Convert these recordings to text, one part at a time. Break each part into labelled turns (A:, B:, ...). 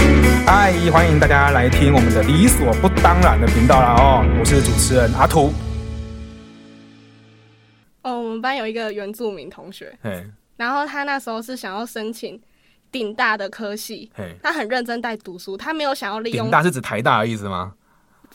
A: 集，欢迎大家来听我们的理所不当然的频道啦哦，我是主持人阿图。
B: 哦，我们班有一个原住民同学，
A: 嘿，
B: 然后他那时候是想要申请顶大的科系，
A: 嘿，
B: 他很认真在读书，他没有想要利
A: 顶
B: 用
A: 大是指台大的意思吗？啊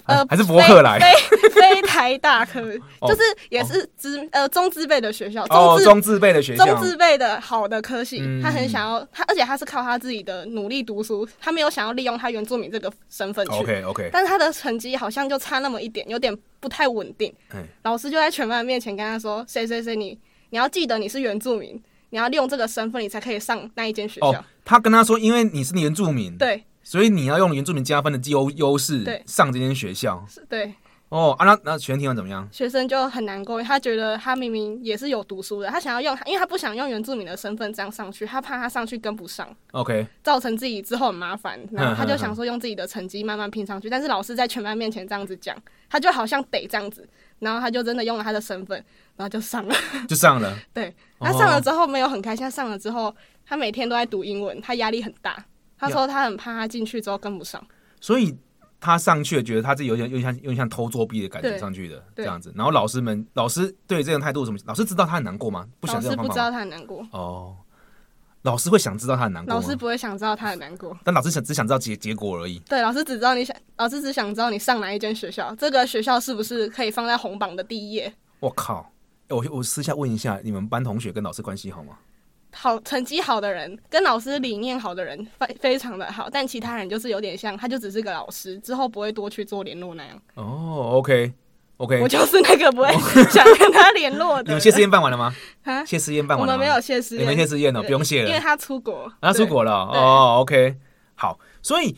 B: 呃
A: 还是伯克莱？
B: 非非台大科，
A: 哦
B: 就是也是资、呃中资辈的学校，
A: 哦，
B: 资、
A: 中字辈的学校
B: 中。资辈的好的科系，
A: 嗯
B: 他很想要他，而且他是靠他自己的努力读书，他没有想要利用他原住民这个身份去。
A: 哦 OK OK，
B: 但是他的成绩好像就差那么一点，有点不太稳定。
A: 哎
B: 老师就在全班面前跟他说：“谁谁谁，你你要记得你是原住民，你要利用这个身份，你才可以上那一间学校。
A: 哦，他跟他说，因为你是原住民，，
B: 对
A: 所以你要用原住民加分的优优势
B: 对
A: 上这间学校。
B: 是对，
A: 哦，啊，那那全体完怎么样？
B: 学生就很难过，他觉得他明明也是有读书的，他想要用，因为他不想用原住民的身份这样上去，他怕他上去跟不上，
A: OK，
B: 造成自己之后很麻烦。然后
A: 嗯
B: 他
A: 嗯
B: 就
A: 嗯
B: 想说用自己的成绩慢慢拼上去，但是老师在全班面前这样子讲，他就好像得这样子，然后他就真的用了他的身份，然后就上了。
A: 就上了。
B: 对，
A: 哦
B: 他上了之后没有很开心，他上了之后他每天都在读英文，他压力很大。他说他很怕他进去之后跟不上，
A: 所以他上去了觉得他自己有点有点像有点像偷作弊的感觉
B: 对
A: 上去的这
B: 对
A: 样子。然后老师们老师对这种态度有什么？老师知道他很难过吗？不
B: 老
A: 想这
B: 师
A: 种
B: 不
A: 方
B: 知
A: 法吗
B: 道他很难过，
A: 哦。老师会想知道他很难过
B: 老
A: 吗？
B: 师不会想知道他很难过。
A: 但老师想只想知道结结果而已。
B: 对，老师只知道你想，老师只想知道你上哪一间学校，这个学校是不是可以放在红榜的第一页？
A: 我靠！哎我我私下问一下，你们班同学跟老师关系好吗？
B: 好成绩好的人跟老师理念好的人非非常的好，但其他人就是有点像，他就只是个老师，之后不会多去做联络那样。
A: 哦，OK
B: 我
A: OK，
B: 就是那个 不会想跟他联络
A: 哎你
B: 的
A: 们
B: 人。
A: 谢师宴办完了吗？
B: 啊
A: 谢师宴办
B: 我
A: 完了
B: 们
A: 吗？
B: 没有谢师
A: 你们谢
B: 宴，
A: 师宴哦，
B: 对
A: 不用谢了
B: 因为。他出国，
A: 啊，他出
B: 对
A: 国了哦
B: 对
A: 哦，OK，好，所以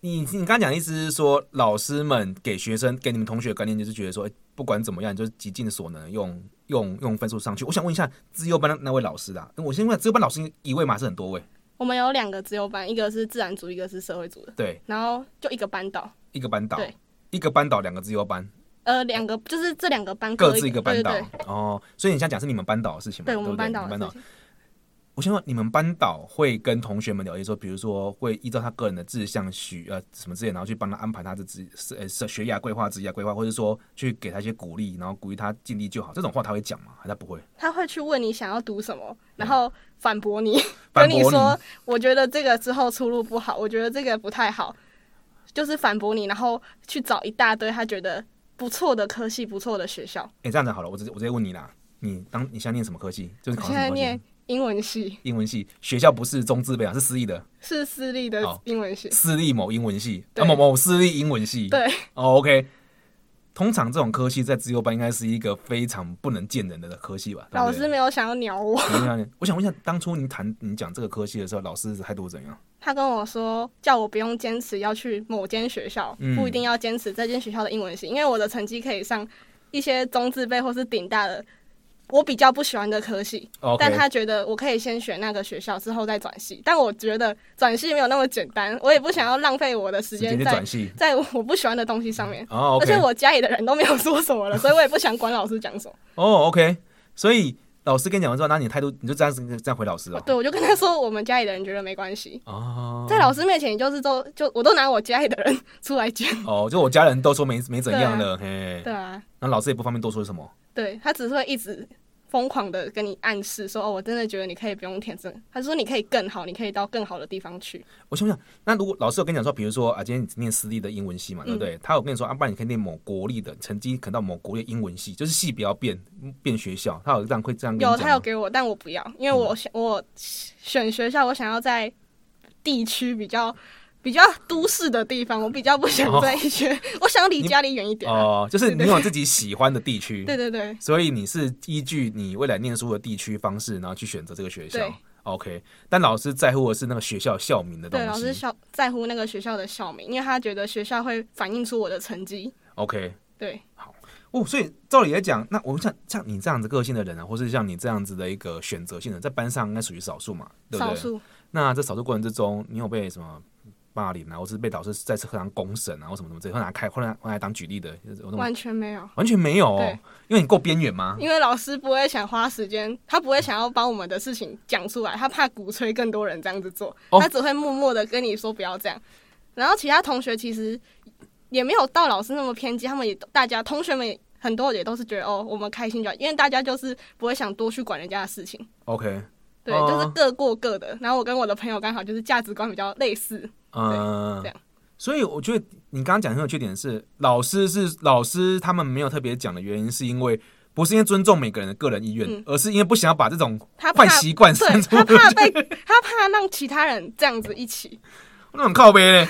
A: 你你刚刚讲的意思是说，老师们给学生给你们同学的概念就是觉得说，哎不管怎么样，你就是极尽所能用用用分数上去。我想问一下资优班那那位老师啊，我先问资优班老师一位嘛，还是很多位？
B: 我们有两个自由班，一个是自然组，一个是社会组的，
A: 对，
B: 然后就一个班导，
A: 一个班导
B: 对，
A: 一个班导两个资优班，
B: 呃，两个就是这两个班
A: 各
B: 各
A: 自一个班导
B: 对对对。
A: 哦，所以你想讲是你们班导的事情嘛？
B: 对
A: 对
B: 我们
A: 不对
B: 班
A: 你
B: 导
A: 们
B: 的
A: 班
B: 事
A: 导
B: 情。
A: 我先问你们班导会跟同学们了解说，比如说会依照他个人的志向许呃什么之类，然后去帮他安排他的职呃是学涯规划、职业规划，或者说去给他一些鼓励，然后鼓励他尽力就好。这种话他会讲吗？还是他不会？
B: 他会去问你想要读什么，然后反驳你，
A: 嗯反
B: 跟
A: 驳
B: 你
A: 你
B: 说，我觉得这个之后出路不好，我觉得这个不太好，就是反驳你，然后去找一大堆他觉得不错的科系、不错的学校。
A: 哎、这样子好了，我直接我直接问你啦，你当你现在念什么科系？就是
B: 我
A: 考
B: 现
A: 上什么
B: 在
A: 科
B: 念
A: 系？
B: 英文系，
A: 英文系学校不是中字辈啊，是私立的，
B: 是私立的
A: 哦
B: 英文系，
A: 私立某英文系，啊
B: 对
A: 某某私立英文系。
B: 对，
A: 哦，OK。通常这种科系在资优班应该是一个非常不能见人的科系吧？对不
B: 老
A: 对
B: 师没有想要鸟我。
A: 等一下我想问一下，当初你谈你讲这个科系的时候，老师的态度怎样？
B: 他跟我说，叫我不用坚持要去某间学校，
A: 嗯
B: 不一定要坚持这间学校的英文系，因为我的成绩可以上一些中字辈或是顶大的，我比较不喜欢的科系。但他觉得我可以先选那个学校，之后再转系。但我觉得转系没有那么简单，我也不想要浪费我的时
A: 直接
B: 间
A: 就
B: 在
A: 转系
B: 在我不喜欢的东西上面。
A: 哦
B: 而且
A: ，OK，
B: 我家里的人都没有说什么了，所以我也不想管老师讲什么。
A: 哦，OK，所以老师跟你讲完之后，那你态度你就这样子这样回老师哦。
B: 对，我就跟他说，我们家里的人觉得没关系。
A: 哦，
B: 在老师面前，你就是都就我都拿我家里的人 出来讲，
A: 哦，就我家人都说没没怎样的，嘿
B: 对，啊。
A: 那老师也不方便多说什么。
B: 对他只是会一直疯狂的跟你暗示说，哦，我真的觉得你可以不用填证，他说你可以更好，你可以到更好的地方去。
A: 我想想，那如果老师有跟你讲说，比如说啊，今天你念私立的英文系嘛，对不
B: 嗯
A: 对？他有跟你说，啊，不然你可以念某国立的，成绩可能到某国立的英文系，就是系不要变变学校，他有这样会这样跟
B: 有
A: 你
B: 他有
A: 讲。嗯
B: 给我，但我不要，因为我想我选学校，我想要在地区比较。比较都市的地方，我比较不想在一些，我想离家里远一点啊、
A: 哦，就是你
B: 对对
A: 有自己喜欢的地区。
B: 对对对，
A: 所以你是依据你未来念书的地区方式，然后去选择这个学校
B: 对。
A: OK，但老师在乎的是那个学校校名的东
B: 对老师
A: 西。
B: 校在乎那个学校的校名，因为他觉得学校会反映出我的成绩。
A: OK，
B: 对，
A: 哦，所以照理来讲，那我像像你这样子个性的人啊，或是像你这样子的一个选择性的人，在班上应该属于少数嘛，对不
B: 少
A: 对？
B: 数
A: 那在少数过程之中，你有被什么霸凌啊，或是被导师在课堂公审啊，或什么什么之类，或拿开，或拿拿来当举例的，有这种
B: 完全没有，
A: 完全没有、哦
B: 对，
A: 因为你够边缘吗？
B: 因为老师不会想花时间，他不会想要把我们的事情讲出来，他怕鼓吹更多人这样子做，
A: 哦
B: 他只会默默的跟你说不要这样。然后其他同学其实也没有到老师那么偏激，他们也大家同学们也很多也都是觉得哦，我们开心就好，因为大家就是不会想多去管人家的事情。
A: OK，
B: 对，
A: 哦
B: 就是各过各的。然后我跟我的朋友刚好就是价值观比较类似，
A: 嗯，
B: 这样
A: 所以我觉得你刚刚讲很有缺点是，老师是老师，他们没有特别讲的原因，是因为不是因为尊重每个人的个人意愿，
B: 嗯
A: 而是因为不想要把这种
B: 他怕
A: 坏习惯
B: 对
A: 删除。
B: 他怕被他怕让其他人这样子一起，
A: 那种靠背嘞，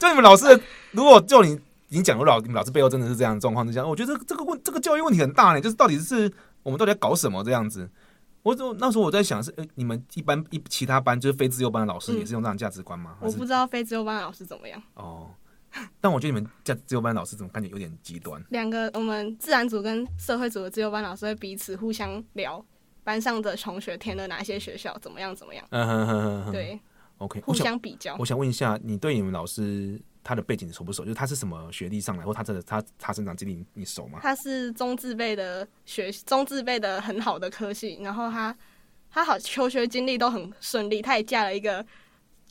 A: 就你们老师的，如果就你你讲，如果老你们老师背后真的是这样的状况之下，我觉得这个这个问这个教育问题很大呢，就是到底是我们到底在搞什么这样子。我我那时候我在想是，呃，你们一般一其他班就是非自由班的老师
B: 嗯
A: 也是用这样的价值观吗？还
B: 我
A: 是
B: 不知道非洲班的老师怎么样。
A: 哦，但我觉得你们价自由班的老师怎么感觉有点极端？
B: 两个我们自然组跟社会组的自由班老师会彼此互相聊班上的同学填了哪些学校，怎么样怎么样，
A: 嗯哼哼哼哼，
B: 对，
A: ，OK，
B: 互
A: 我想
B: 相比较。
A: 我想问一下，你对你们老师他的背景熟不熟？就是他是什么学历上来，或他真的他他生长经历你你熟吗？
B: 他是中字辈的学，中字辈的很好的科系，然后他他好求学经历都很顺利，他也嫁了一个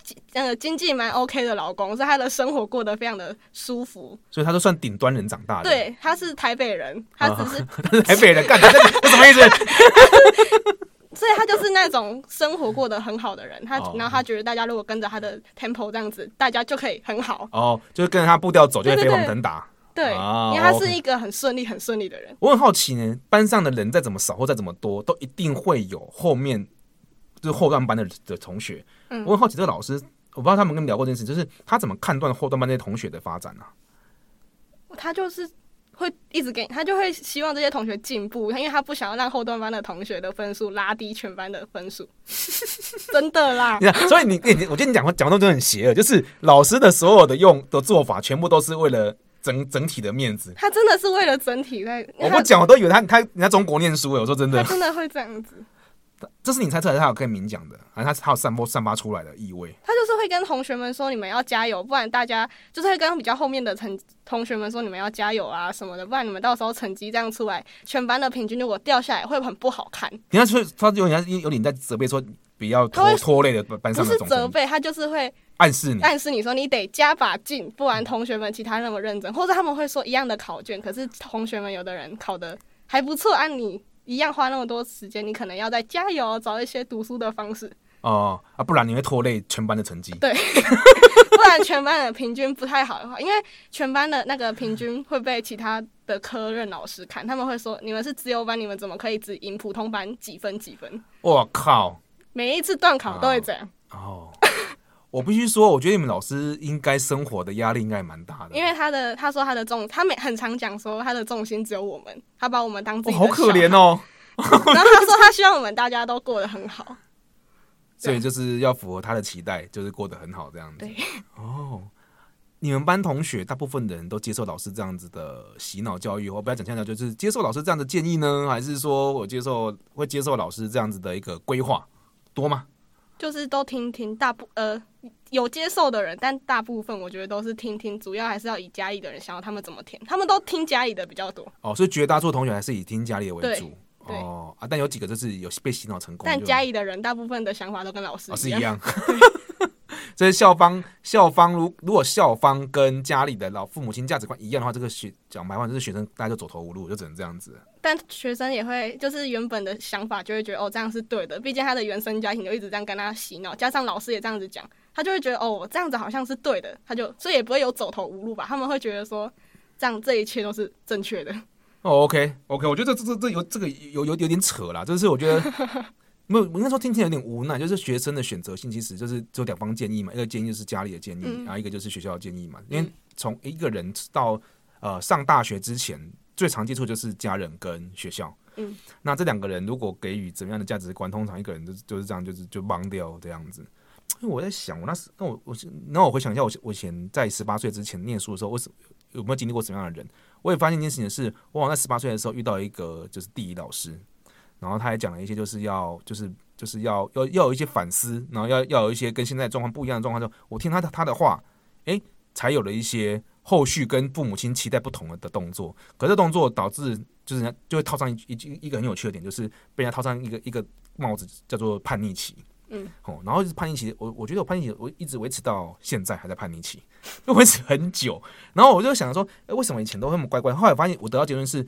B: 经呃经济蛮 OK 的老公，所以他的生活过得非常的舒服。
A: 所以他都算顶端人长大的。
B: 对，他是台北人，他只是，
A: 台北人干的，这这什么意思？
B: 所以他就是那种生活过得很好的人。他
A: 哦
B: 然后他觉得大家如果跟着他的 tempo 这样子，大家就可以很好。
A: 哦，就是跟着他步调走，就会
B: 对
A: 飞
B: 对
A: 黄
B: 对
A: 腾 达。
B: 对，
A: 啊
B: 因为他
A: OK
B: 是一个很顺利、很顺利的人。
A: 我很好奇呢，班上的人再怎么少或再怎么多，都一定会有后面就是后段班的的同学。
B: 嗯
A: 我很好奇这个老师，我不知道他们跟你聊过这件事，就是他怎么判断后段班那些同学的发展啊？
B: 他就是会一直给你，他就会希望这些同学进步，因为他不想要让后段班的同学的分数拉低全班的分数， 真的啦
A: 你。看，所以你你 你，我觉得你讲话讲到真的很邪恶，就是老师的所有的用的做法，全部都是为了整整体的面子。
B: 他真的是为了整体在，
A: 我不
B: 他
A: 讲，我都以为他他人家中国念书欸了。我说真
B: 他
A: 的，
B: 真的会这样子，
A: 这是你猜测还是他有跟你明讲的？还是他他有散播散发出来的意味？
B: 他就是会跟同学们说你们要加油，不啊然大家就是会跟比较后面的成同学们说你们要加油啊什么的，不然你们到时候成绩这样出来，全班的平均如果掉下来会很不好看。
A: 人家说他有点像有点在责备说不要
B: 他
A: 拖
B: 会
A: 拖累了班
B: 不
A: 上
B: 是
A: 的总
B: 责
A: 成，
B: 备，他就是会
A: 暗示你
B: 暗示你说你得加把劲，不然同学们其他那么认真，或者他们会说一样的考卷，可是同学们有的人考的还不错，按、你一样花那么多时间，你可能要再加油，找一些读书的方式，
A: 哦啊，不然你会拖累全班的成
B: 哎
A: 绩。
B: 不然全班的平均不太好的话，因为全班的那个平均会被其他的科任老师看，他们会说你们是资优班，你们怎么可以只赢普通班几分几分？
A: 我靠！
B: 每一次段考都会这样，
A: 哦，我必须说，我觉得你们老师应该生活的压力应该蛮大的，
B: 因为他的他说他的重，他每很常讲说他的重心只有我们，他把我们当自
A: 我、
B: 己的
A: 好可怜
B: 哦。
A: 哦。
B: 然后他说他希望我们大家都过得很好。
A: 所以就是要符合他的期待，就是过得很好这样子
B: 对。
A: 哦，你们班同学大部分的人都接受老师这样子的洗脑教育，我不要讲洗脑，就是接受老师这样的建议呢，还是说我接受会接受老师这样子的一个规划多吗？
B: 就是都听听大部呃有接受的人，但大部分我觉得都是听听，主要还是要以家里的人想要他们怎么填，他们都听家里的比较多，
A: 哦，所以绝大多数同学还是以听家里的为主。
B: 对对
A: 哦啊，但有几个就是有被洗脑成功，
B: 但
A: 就
B: 家里的人大部分的想法都跟老师
A: 哦是
B: 一
A: 一
B: 样。
A: 样。 所以校方校方如如果校方跟家里的老父母亲价值观一样的话，这个学讲白话，这个学生大家就走投无路，就只能这样子了。
B: 但学生也会就是原本的想法就会觉得哦这样是对的，毕竟他的原生家庭就一直这样跟他洗脑，加上老师也这样子讲，他就会觉得哦我这样子好像是对的，他就 所以也不会有走投无路吧，他们会觉得说这样这一切都是正确的。
A: 哦，OK，OK，、我觉得这这这这有这个有有有点扯啦，就是我觉 得没有，我应该说听起来有点无奈，就是学生的选择性其实就是只有两方建议嘛，一个建议就是家里的建议，
B: 嗯
A: 然后一个就是学校的建议嘛。因为
B: 嗯
A: 从一个人到呃上大学之前，最常接触就是家人跟学校。
B: 嗯，
A: 那这两个人如果给予怎么样的价值观，通常一个人就是就是这样，就是就忘掉这样子。因为我在想，我那时那我我是那我回想一下我，我以前在十八岁之前念书的时候，我是有没有经历过什么样的人？我也发现一件事情是，我好像在十八岁的时候遇到一个就是地理老师，然后他还讲了一些就是要就是就是要要要有一些反思，然后要要有一些跟现在的状况不一样的状况。就我听他的他的话，诶，才有了一些后续跟父母亲期待不同的动作。可是动作导致就是人家就会套上一一一个很有趣的点，就是被人家套上一个一个帽子叫做叛逆期。嗯，哦，然后就是叛逆期，我我觉得我叛逆期，我一直维持到现在还在叛逆期，就维持很久。然后我就想说，哎，为什么以前都那么乖乖？后来发现我得到结论是，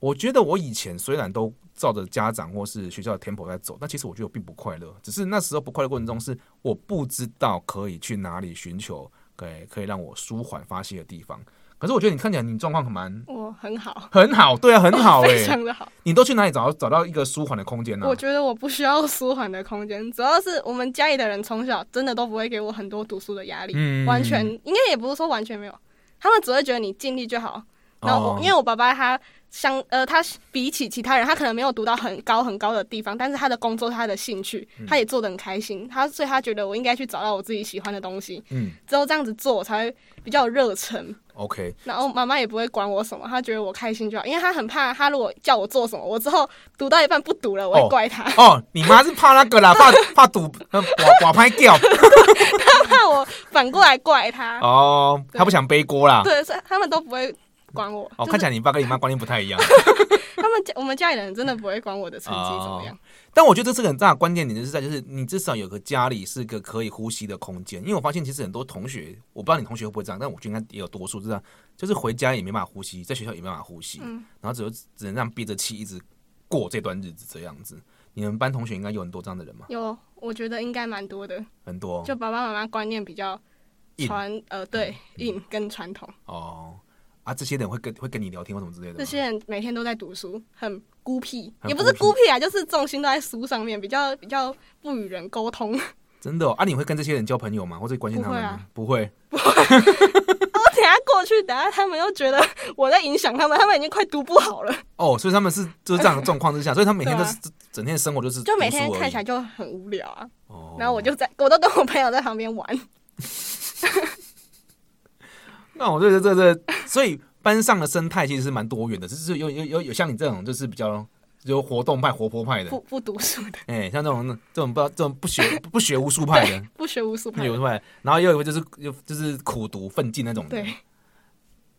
A: 我觉得我以前虽然都照着家长或是学校的 tempo 在走，但其实我觉得我并不快乐，只是那时候不快乐过程中是我不知道可以去哪里寻求可以可以让我舒缓发泄的地方。可是我觉得你看起来你状况很蛮，
B: 我很好，
A: 很好，对啊，很好、欸，嗯
B: 哦非常的好。
A: 你都去哪里找找到一个舒缓的空间啊呢、
B: 我觉得我不需要舒缓的空间，主要是我们家里的人从小真的都不会给我很多读书的压力，
A: 嗯
B: 完全应该也不是说完全没有，他们只会觉得你尽力就好。然后我、
A: 哦
B: 因为我爸爸他相呃，他比起其他人，他可能没有读到很高很高的地方，但是他的工作是他的兴趣，
A: 嗯
B: 他也做得很开心，他所以他觉得我应该去找到我自己喜欢的东西，
A: 嗯
B: 之后这样子做我才会比较有热忱。
A: ，OK，
B: 然后妈妈也不会管我什么，她觉得我开心就好，因为她很怕，她如果叫我做什么，我之后读到一半不读了，我会怪她，
A: 哦，你妈是怕那个 啦，怕怕赌，呃把把拍掉
B: 怕我反过来怪她。
A: 哦，她不想背锅啦。
B: 对，所以他们都不会管我。
A: 哦，
B: 就是
A: 看起来你爸跟你妈观念不太一样，
B: 他们家我们家里人真的不会管我的成绩怎
A: 哦
B: 么样。
A: 但我觉得这是个很大的关键点，就是在就是你至少有个家里是个可以呼吸的空间，因为我发现其实很多同学，我不知道你同学会不会这样，但我觉得应该也有多数是这样，就是回家也没办法呼吸，在学校也没办法呼吸，
B: 嗯
A: 然后只有只能让憋着气一直过这段日子这样子。你们班同学应该有很多这样的人嘛？
B: 有，我觉得应该蛮多的。
A: 很多
B: 就爸爸妈妈观念比较
A: 硬嗯
B: 传呃对硬跟传统，
A: 哦啊，这些人会跟会跟你聊天或什么之类的吗。
B: 这些人每天都在读书，很孤僻，
A: 啊很
B: 也不是
A: 孤
B: 孤僻啊，就是重心都在书上面，比较比较不与人沟通。
A: 真的、哦、啊？你会跟这些人交朋友吗？或者关心他们吗？不会,、啊
B: 我等下过去，等下他们又觉得我在影响他们，他们已经快读不好了，
A: 哦，所以他们是就是这样的状况之下，所以他们每天都
B: 对
A: 是、
B: 啊
A: 整天的生活就是
B: 就每天
A: 读书而已
B: 看起来就很无聊啊。
A: 哦，
B: 然后我就在，我都跟我朋友在旁边玩，
A: 那我觉得这这，所以班上的生态其实是蛮多元的，就是有有有有像你这种就是比较有活动派、活泼派的
B: 不，不读书的，
A: 哎、像这种这种不这种不学不学无术派的，
B: 不学无术
A: 不
B: 派
A: 学无。术派的，然后也有一个就是有就是苦读奋进那种的。
B: 对，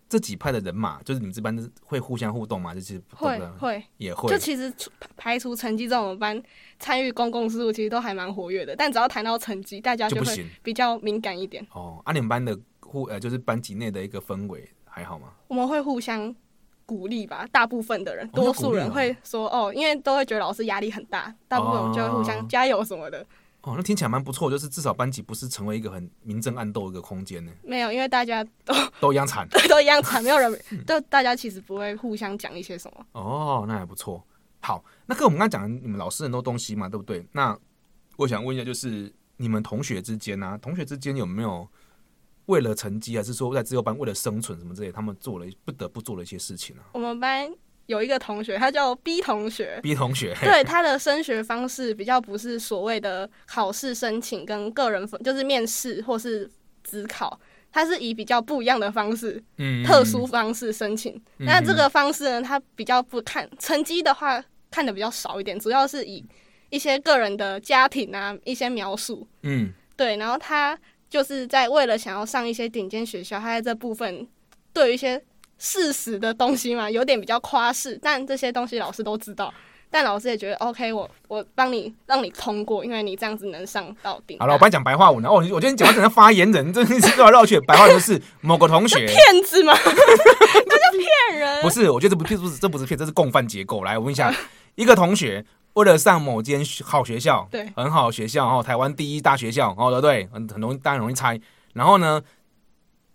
A: 这几派的人马，就是你们这班是会互相互动吗？就是不
B: 会
A: 动的
B: 会，
A: 也会
B: 就其实除排除成绩在我们班参与公共事务，其实都还蛮活跃的。但只要谈到成绩，大家
A: 就不
B: 会
A: 行
B: 比较敏感一点。
A: 哦。啊，你们班的互呃就是班级内的一个氛围还好吗？
B: 我们会互相鼓励吧，大部分的人，
A: 哦要
B: 多
A: 鼓
B: 数
A: 励
B: 人
A: 哦
B: 会说哦，因为都会觉得老师压力很大，大部分我们就会互
A: 哦
B: 相加油什么的。
A: 哦，那听起来蛮不错，就是至少班级不是成为一个很明争暗斗的一个空间呢，
B: 没有，因为大家
A: 都一样惨。
B: 对， 都一样惨，没有人，
A: 嗯
B: 就大家其实不会互相讲一些什么。
A: 哦，那还不错。好，那跟我们刚刚讲你们老师很多东西嘛，对不对？那我想问一下，就是你们同学之间啊，同学之间有没有为了成绩，还是说在自由班为了生存什么之类，他们做了不得不做了一些事情啊
B: 我们班有一个同学，他叫 B 同学，
A: ？B 同 学，
B: 对他的升学方式比较不是所谓的考试申请跟个人分，就是面试或是职考。他是以比较不一样的方式、
A: 嗯
B: 特殊方式申请。
A: 嗯
B: 那这个方式呢，他比较不看成绩的话，看的比较少一点，主要是以一些个人的家庭啊一些描述。
A: 嗯，
B: 对，然后他就是在为了想要上一些顶尖学校，他在这部分对于一些事实的东西嘛，有点比较夸饰，但这些东西老师都知道，但老师也觉得 OK，我我帮你让你通过，因为你这样子能上到顶大。
A: 好了，我帮你讲白话文了。哦，你我觉得你讲话整个发言人，真是绕来绕去。白话文就是某个同学，
B: 骗子 嘛，这就骗人。
A: 不是，我觉得这不不是这不是骗，这是共犯结构。来，我问一下，一个同学为了上某间学好学校，
B: 对
A: 很好的学校哦，台湾第一大学校哦，对不对？很很容易，大家容易猜。然后呢，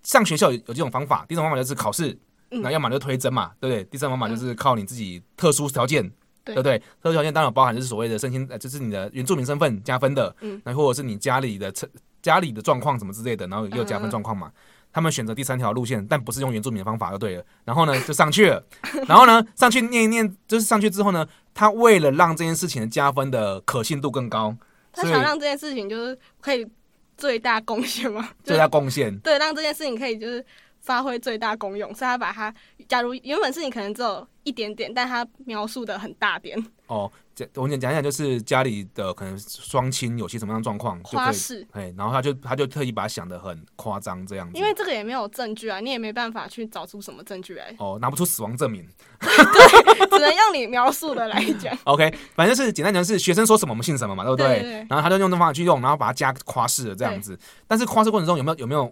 A: 上学校有有几种方法，第一种方法就是考试，
B: 嗯
A: 那要么就推甄嘛，对不对？第三种方法就是靠你自己特殊条件。
B: 对
A: 不对？特殊条件当然包含就是所谓的身心，呃就是你的原住民身份加分的，
B: 嗯，
A: 那或者是你家里的成家里的状况什么之类的，然后也有
B: 嗯
A: 加分状况嘛。他们选择第三条路线，但不是用原住民的方法就对了。然后呢，就上去了。然后呢，上去念一念，就是上去之后呢，他为了让这件事情的加分的可信度更高，
B: 他
A: 所以
B: 想让这件事情就是可以最大贡 献嘛，就
A: 最
B: 是
A: 大贡献。
B: 对，让这件事情可以就是发挥最大功用，所以他把它，假如原本事情可能只有一点点，但他描述的很大点，
A: 哦，讲我们讲讲就是家里的可能双亲有些什么样的状况，就可
B: 夸
A: 以
B: 饰，
A: 哎，然后他就他就特意把它想的很夸张这样子，
B: 因为这个也没有证据啊，你也没办法去找出什么证据来，
A: 哦拿不出死亡证明，
B: 只能用你描述的来讲。
A: OK，反正就是简单讲是学生说什么我们信什么嘛，对不对？
B: 对对对
A: 然后他就用这方法去用，然后把它加夸饰了这样子。但是夸饰过程中有没有有没有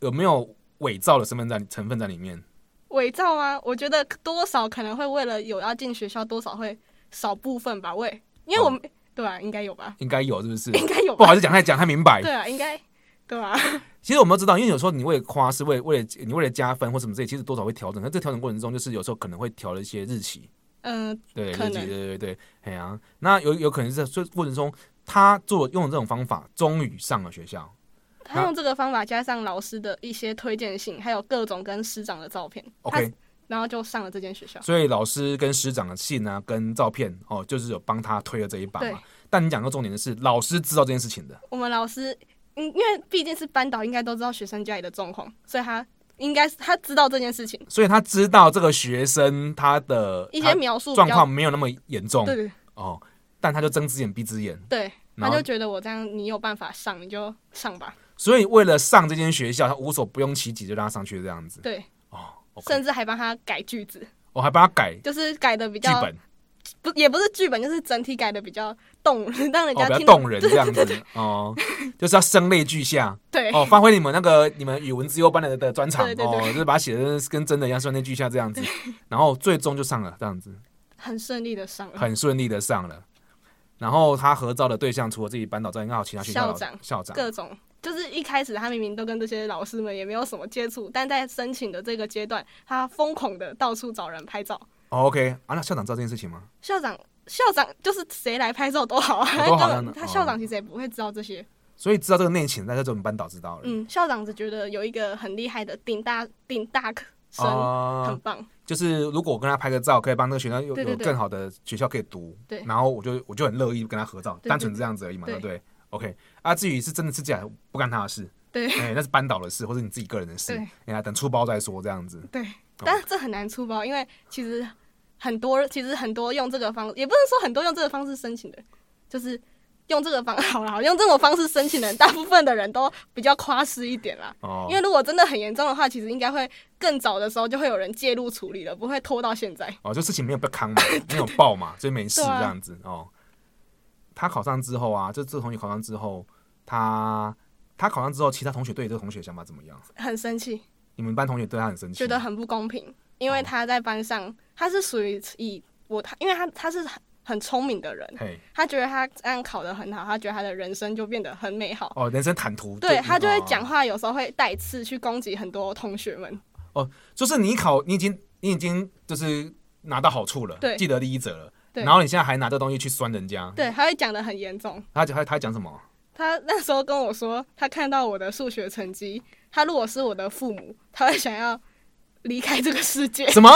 A: 有没有伪造的身份在成分在里面？
B: 伪造吗？我觉得多少可能会为了有要进学校，多少会少部分吧。喂，因为我们、对啊，应该有吧？
A: 应该有，是不是？
B: 应该有
A: 哦不
B: 吧？
A: 好意思讲太讲太明白。
B: 对啊，应该对啊，
A: 其实我们都知道，因为有时候你为了夸饰，为为了你为了加分或什么这些，其实多少会调整。那这调整过程中，就是有时候可能会调了一些日期，
B: 嗯，
A: 对，日
B: 可
A: 期，对
B: 能
A: 对对，哎呀、那有有可能是在这过程中，他做用了这种方法，终于上了学校。
B: 他用这个方法加上老师的一些推荐信，还有各种跟师长的照片，他
A: OK，
B: 然后就上了这间学校。
A: 所以老师跟师长的信啊，跟照片哦，就是有帮他推了这一把
B: 对
A: 嘛。但你讲到重点的是，老师知道这件事情的，
B: 我们老师，嗯，因为毕竟是班导，应该都知道学生家里的状况，所以他应该是他知道这件事情，
A: 所以他知道这个学生他的
B: 一些
A: 他
B: 描述比
A: 状
B: 较
A: 况没有那么严重
B: 对对
A: 哦，但他就睁只眼闭只眼。
B: 对，
A: 然
B: 他
A: 后
B: 就觉得我这样你有办法上你就上吧，
A: 所以为了上这间学校，他无所不用其极就让他上去这样子。
B: 对，
A: 哦，OK，
B: 甚至还帮他改句子，
A: 我还帮他改剧
B: 就是改的比较
A: 本，
B: 不也不是剧本，就是整体改的比较动， 让人
A: 哦，
B: 家
A: 比较
B: 听得
A: 动人这 样子哦，就是要声泪俱下
B: 对
A: 哦，发挥你们那个你们语文自由班的的专长
B: 对对
A: 哦
B: 对，
A: 就是把它写的跟真的一样声泪俱下这 样子，然后最终就上了这样子，
B: 很顺利的上了，
A: 很顺利的上了。然后他合照的对象除了自己班导之外，应该还有其他学校的
B: 校长
A: 校长
B: 各种。就是一开始他明明都跟这些老师们也没有什么接触，但在申请的这个阶段，他疯狂的到处找人拍照。
A: 哦，OK 啊，那校长知道这件事情吗？
B: 校长，校长就是谁来拍照都好啊，
A: 哦都好
B: 他
A: 像
B: 根本他校长其实也不会知道这些。
A: 所以知道这个内情，大家就我们班导知道了。
B: 嗯，校长只觉得有一个很厉害的顶大顶大生、
A: 啊。
B: 很棒，
A: 就是如果我跟他拍个照，可以帮那个学生有
B: 对对
A: 有
B: 对
A: 更好的学校可以读，
B: 对
A: 然后我就我就很乐意跟他合照，
B: 对对
A: 单纯这样子而已嘛，对
B: 对
A: 不对？OK，啊，至于是真的是假的，不干他的事，
B: 对
A: 哎、那是班导的事，或者你自己个人的事
B: 对，
A: 哎呀，等出包再说这样子。
B: 对。
A: 哦
B: 但这很难出包，因为其实很多其实很多用这个方，也不能说很多用这个方式申请的，就是用这个方 好啦，用这种方式申请的人，大部分的人都比较夸饰一点啦。
A: 哦
B: 因，为如果真的很严重的话，其实应该会更早的时候就会有人介入处理了，不会拖到现在。
A: 哦，就事情没有被扛嘛， 没有爆嘛，所以没事
B: 对啊
A: 这样子、哦。他考上之后啊，就这个同学考上之后，他他考上之后，其他同学对这个同学想法怎么样？
B: 很生气，
A: 你们班同学对他很生气，
B: 觉得很不公平，因为他在班上他是属于以我他，因为他他是很很聪明的人，
A: 嘿，
B: 他觉得他这样考得很好，他觉得他的人生就变得很美好。
A: 哦，人生坦途，
B: 对他就会
A: 哦
B: 讲话，有时候会带刺去攻击很多同学们。
A: 就是你考，你已经你已经就是拿到好处了，
B: 对
A: 既得利益者了，
B: 对
A: 然后你现在还拿这东西去酸人家，
B: 对，他会讲得很严重。
A: 他他他讲什么？
B: 他那时候跟我说，他看到我的数学成绩，他如果是我的父母，他会想要离开这个世界。
A: 什么？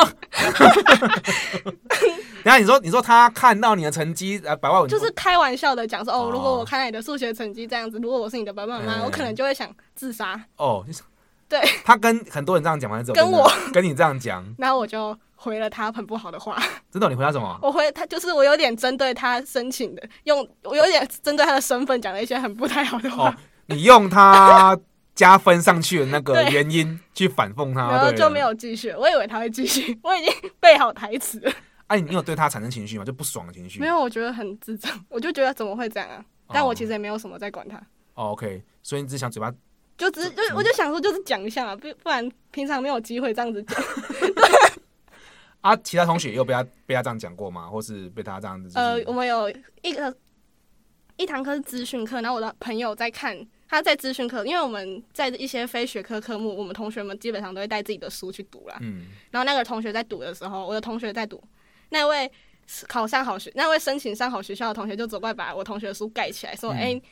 A: 然后你说你说他看到你的成绩啊，百万文
B: 就是开玩笑的讲说，
A: 哦
B: 哦，如果我看到你的数学成绩这样子，如果我是你的爸爸妈妈，
A: 嗯
B: 我可能就会想自杀。
A: 哦，就是
B: 对，
A: 他跟很多人这样讲完之后，
B: 跟我
A: 跟你这样讲，
B: 然后我就回了他很不好的话，
A: 真的你回答什么？
B: 我回他就是我有点针对他申请的，用我有点针对他的身份讲了一些很不太好的话，
A: 哦，你用他加分上去的那个
B: 对
A: 原因去反讽他，
B: 然后
A: 啊对
B: 就
A: 了
B: 没。有继续。我以为他会继续， 我已经背好台词了。
A: 哎、你有对他产生情绪吗？就不爽的情绪？
B: 没有，我觉得很智障，我就觉得怎么会这样啊？但我其实也没有什么在管他，
A: 哦，OK，所以你只想嘴巴
B: 就只
A: 哦
B: 就
A: 嗯
B: 我就想说就是讲一下嘛，不不然平常没有机会这样子讲。
A: 啊，其他同学也有被他被他这样讲过吗？或是被他这样子、就是？
B: 呃，我们有一个一堂课是资讯课，然后我的朋友在看，他在资讯课，因为我们在一些非学科科目，我们同学们基本上都会带自己的书去读啦。
A: 嗯，
B: 然后那个同学在读的时候，我的同学在读，那位考上好学，那位申请上好学校的同学就走过来把我同学的书盖起来，说：“
A: 嗯
B: 哎、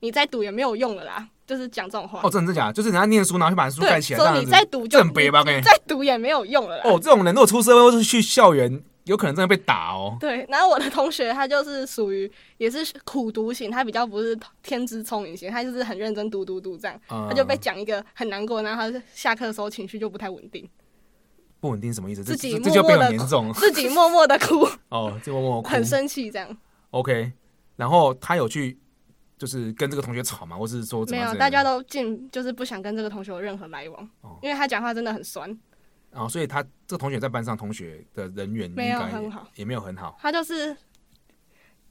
B: 你再读也没有用了啦。”就是讲这种话。
A: 哦，真的真假？就是人家念书，然后就把书盖
B: 对，
A: 起来，这
B: 说
A: 样
B: 你
A: 子
B: 再读就
A: 正北吧？跟
B: 再读也没有用了啦。
A: 哦，这种人如果出社会或是去校园，有可能真的被打哦。
B: 对，然后我的同学他就是属于也是苦读型，他比较不是天资聪颖型，他就是很认真读读读这样，
A: 他
B: 他就被讲一个很难过，然后他下课的时候情绪就不太稳定，
A: 不稳定什么意思？这
B: 自己
A: 这这就
B: 默
A: 变
B: 默地
A: 很严 重
B: 自己默默的 哭，
A: 哦，这默默哭。
B: 很生气这样。
A: OK，然后他有去就是跟这个同学吵嘛，或是说怎
B: 没
A: 么样
B: 有，
A: 之类的？
B: 大家都进就是不想跟这个同学有任何来往，
A: 哦
B: 因为他讲话真的很酸。
A: 然哦后所以他这个同学在班上同学的人缘应
B: 没有
A: 该
B: 很
A: 也
B: 好
A: 也没有很好，
B: 他就是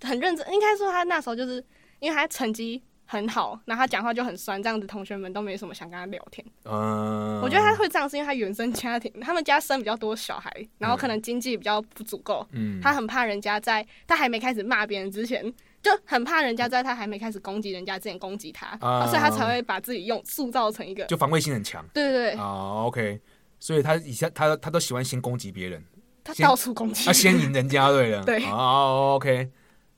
B: 很认真，应该说他那时候就是因为他成绩很好，然后他讲话就很酸，这样子同学们都没什么想跟他聊天。
A: 嗯，
B: 我觉得他会这样是因为他原生家庭，他们家生比较多小孩，然后可能经济比较不足够，
A: 嗯
B: 他很怕人家在他还没开始骂别人之前，就很怕人家在他还没开始攻击人家之前攻击他，
A: 啊
B: 所以他才会把自己用塑造成一个，
A: 就防卫性很强
B: 对对对，
A: 啊，OK，所以他以前他他都喜欢先攻击别人，
B: 他
A: 先
B: 到处攻击
A: 他。先赢人家，对了，
B: 对
A: 哦，OK，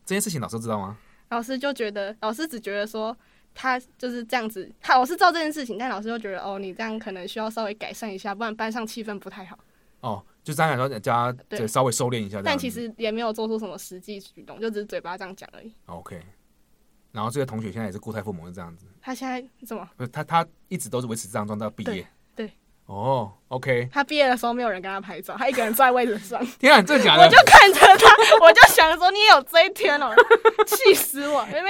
A: 这件事情老师知道吗？
B: 老师就觉得，老师只觉得说他就是这样子，他老师知道这件事情，但老师就觉得哦，你这样可能需要稍微改善一下，不然班上气氛不太好。
A: 哦，就这样讲说，叫他
B: 对
A: 就稍微收敛一下这样子，
B: 但其实也没有做出什么实际举动，就只是嘴巴这样讲而已。
A: 哦 OK，然后这个同学现在也是固态父母是这样子。
B: 他现在怎么？
A: 不是他，他一直都是维持这样状态到毕业。
B: 对对
A: 哦、o k
B: 他毕业的时候没有人跟他拍照，他一个人坐在位 置上，
A: 天啊，你真的假的？
B: 我就看着他，我就想说你也有这一天哦，气死我！因为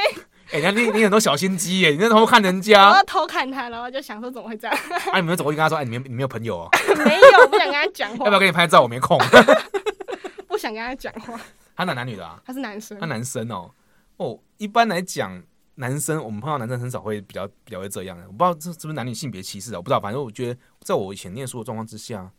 A: 哎、人家你你很多小心机耶，你那偷看人
B: 我
A: 家，
B: 要偷看他，然后就想说怎么会这样？
A: 啊，你们走过去跟他说，哎、你没你没有朋 友哦，
B: 没有，不想跟他讲
A: 要不要
B: 话，
A: 跟你拍照？我没空。
B: 不想跟他讲话。
A: 他男男女的 啊？
B: 他是男生
A: 他，男生哦，哦，一般来讲，男生我们碰到男生很少会比较比较会这样的，我不知道这是不是男女性别歧视啊，我不知道，反正我觉得在我以前念书的状况之下，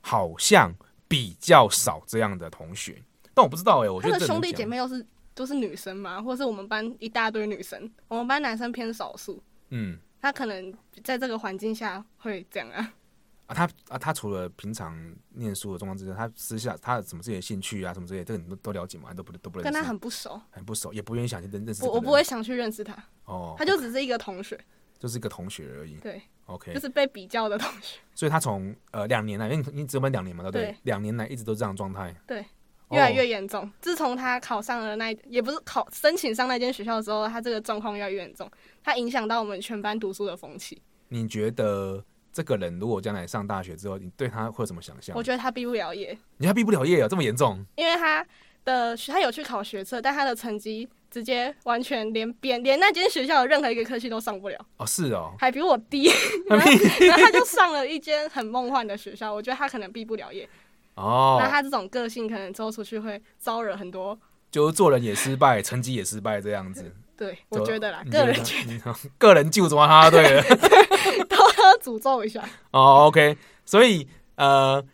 A: 好像比较少这样的同学，但我不知道哎、我觉得
B: 他的
A: 这
B: 兄
A: 能
B: 弟
A: 讲
B: 姐妹又是都是女生嘛，或是我们班一大堆女生，我们班男生偏少数，
A: 嗯。
B: 他可能在这个环境下会这样啊。
A: 啊，他啊，他除了平常念书的状况之下，他私下他有什么自己的兴趣啊，什么之类的，这个你都都了解吗？还都不都不认识，
B: 跟他很不熟，
A: 很不熟，也不愿意想去认认识这个
B: 我我
A: 人。
B: 不会想去认识他，
A: 哦，
B: 他就只是一个同学，
A: 就是一个同学而已。
B: 对，
A: OK，
B: 就、是被比较的同学，
A: 所以他从呃两年来，因为你你只有满两年嘛，对不
B: 对？
A: 两年来一直都这样的状态。
B: 对
A: 哦，
B: 越来越严重。自从他考上了那一，也不是考申请上那间学校之后，他这个状况越来越严重，他影响到我们全班读书的风气。
A: 你觉得这个人如果将来上大学之后，你对他会有什么想象
B: 我？觉得他毕不了业，
A: 你还毕不了业啊，这么严重？
B: 因为他的他有去考学测，但他的成绩直接完全连边连那间学校的任何一个科系都上不了，
A: 哦，是哦，
B: 还比我 低。然后 然后他就上了一间很梦幻的学校，我觉得他可能毕不了业。那
A: 哦，
B: 他这种个性，可能之后出去会招惹很多。
A: 就是做人也失败，成绩也失败，这样子。
B: 对，我觉得啦，
A: 你
B: 呃个人
A: 觉得他，你个人救抓他，对了。
B: 都要诅咒一下。
A: 哦，OK，所以呃，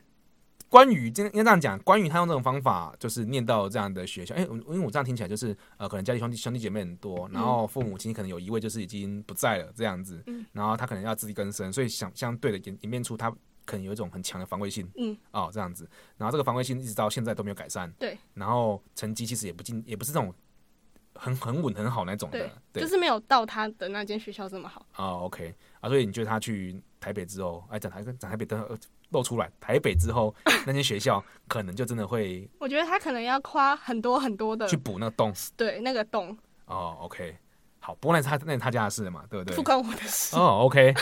A: 关于今天应该这样讲，关于他用这种方法，就是念到这样的学校，哎、我因为我这样听起来就是呃，可能家里兄弟兄弟姐妹很多，然后父母亲可能有一位就是已经不在了这样子，
B: 嗯
A: 然后他可能要自力更生，所以相相对的演演变出他。可能有一种很强的防卫性，
B: 嗯，
A: 哦，这样子，然后这个防卫性一直到现在都没有改善，
B: 对，
A: 然后成绩其实也不进，也不是这种很很稳很好那种的，
B: 对
A: 对，，
B: 就是没有到他的那间学校这么好。
A: 哦，OK 啊，所以你觉得他去台北之后，哎，讲台讲台北的露出来，台北之后那间学校可能就真的会
B: 我觉得他可能要夸很多很多的
A: 去，补那个洞。
B: 对那个洞，
A: 哦，OK，好，不过那是他那是他家的事嘛，对不对
B: 不？关我的事。
A: 哦，OK，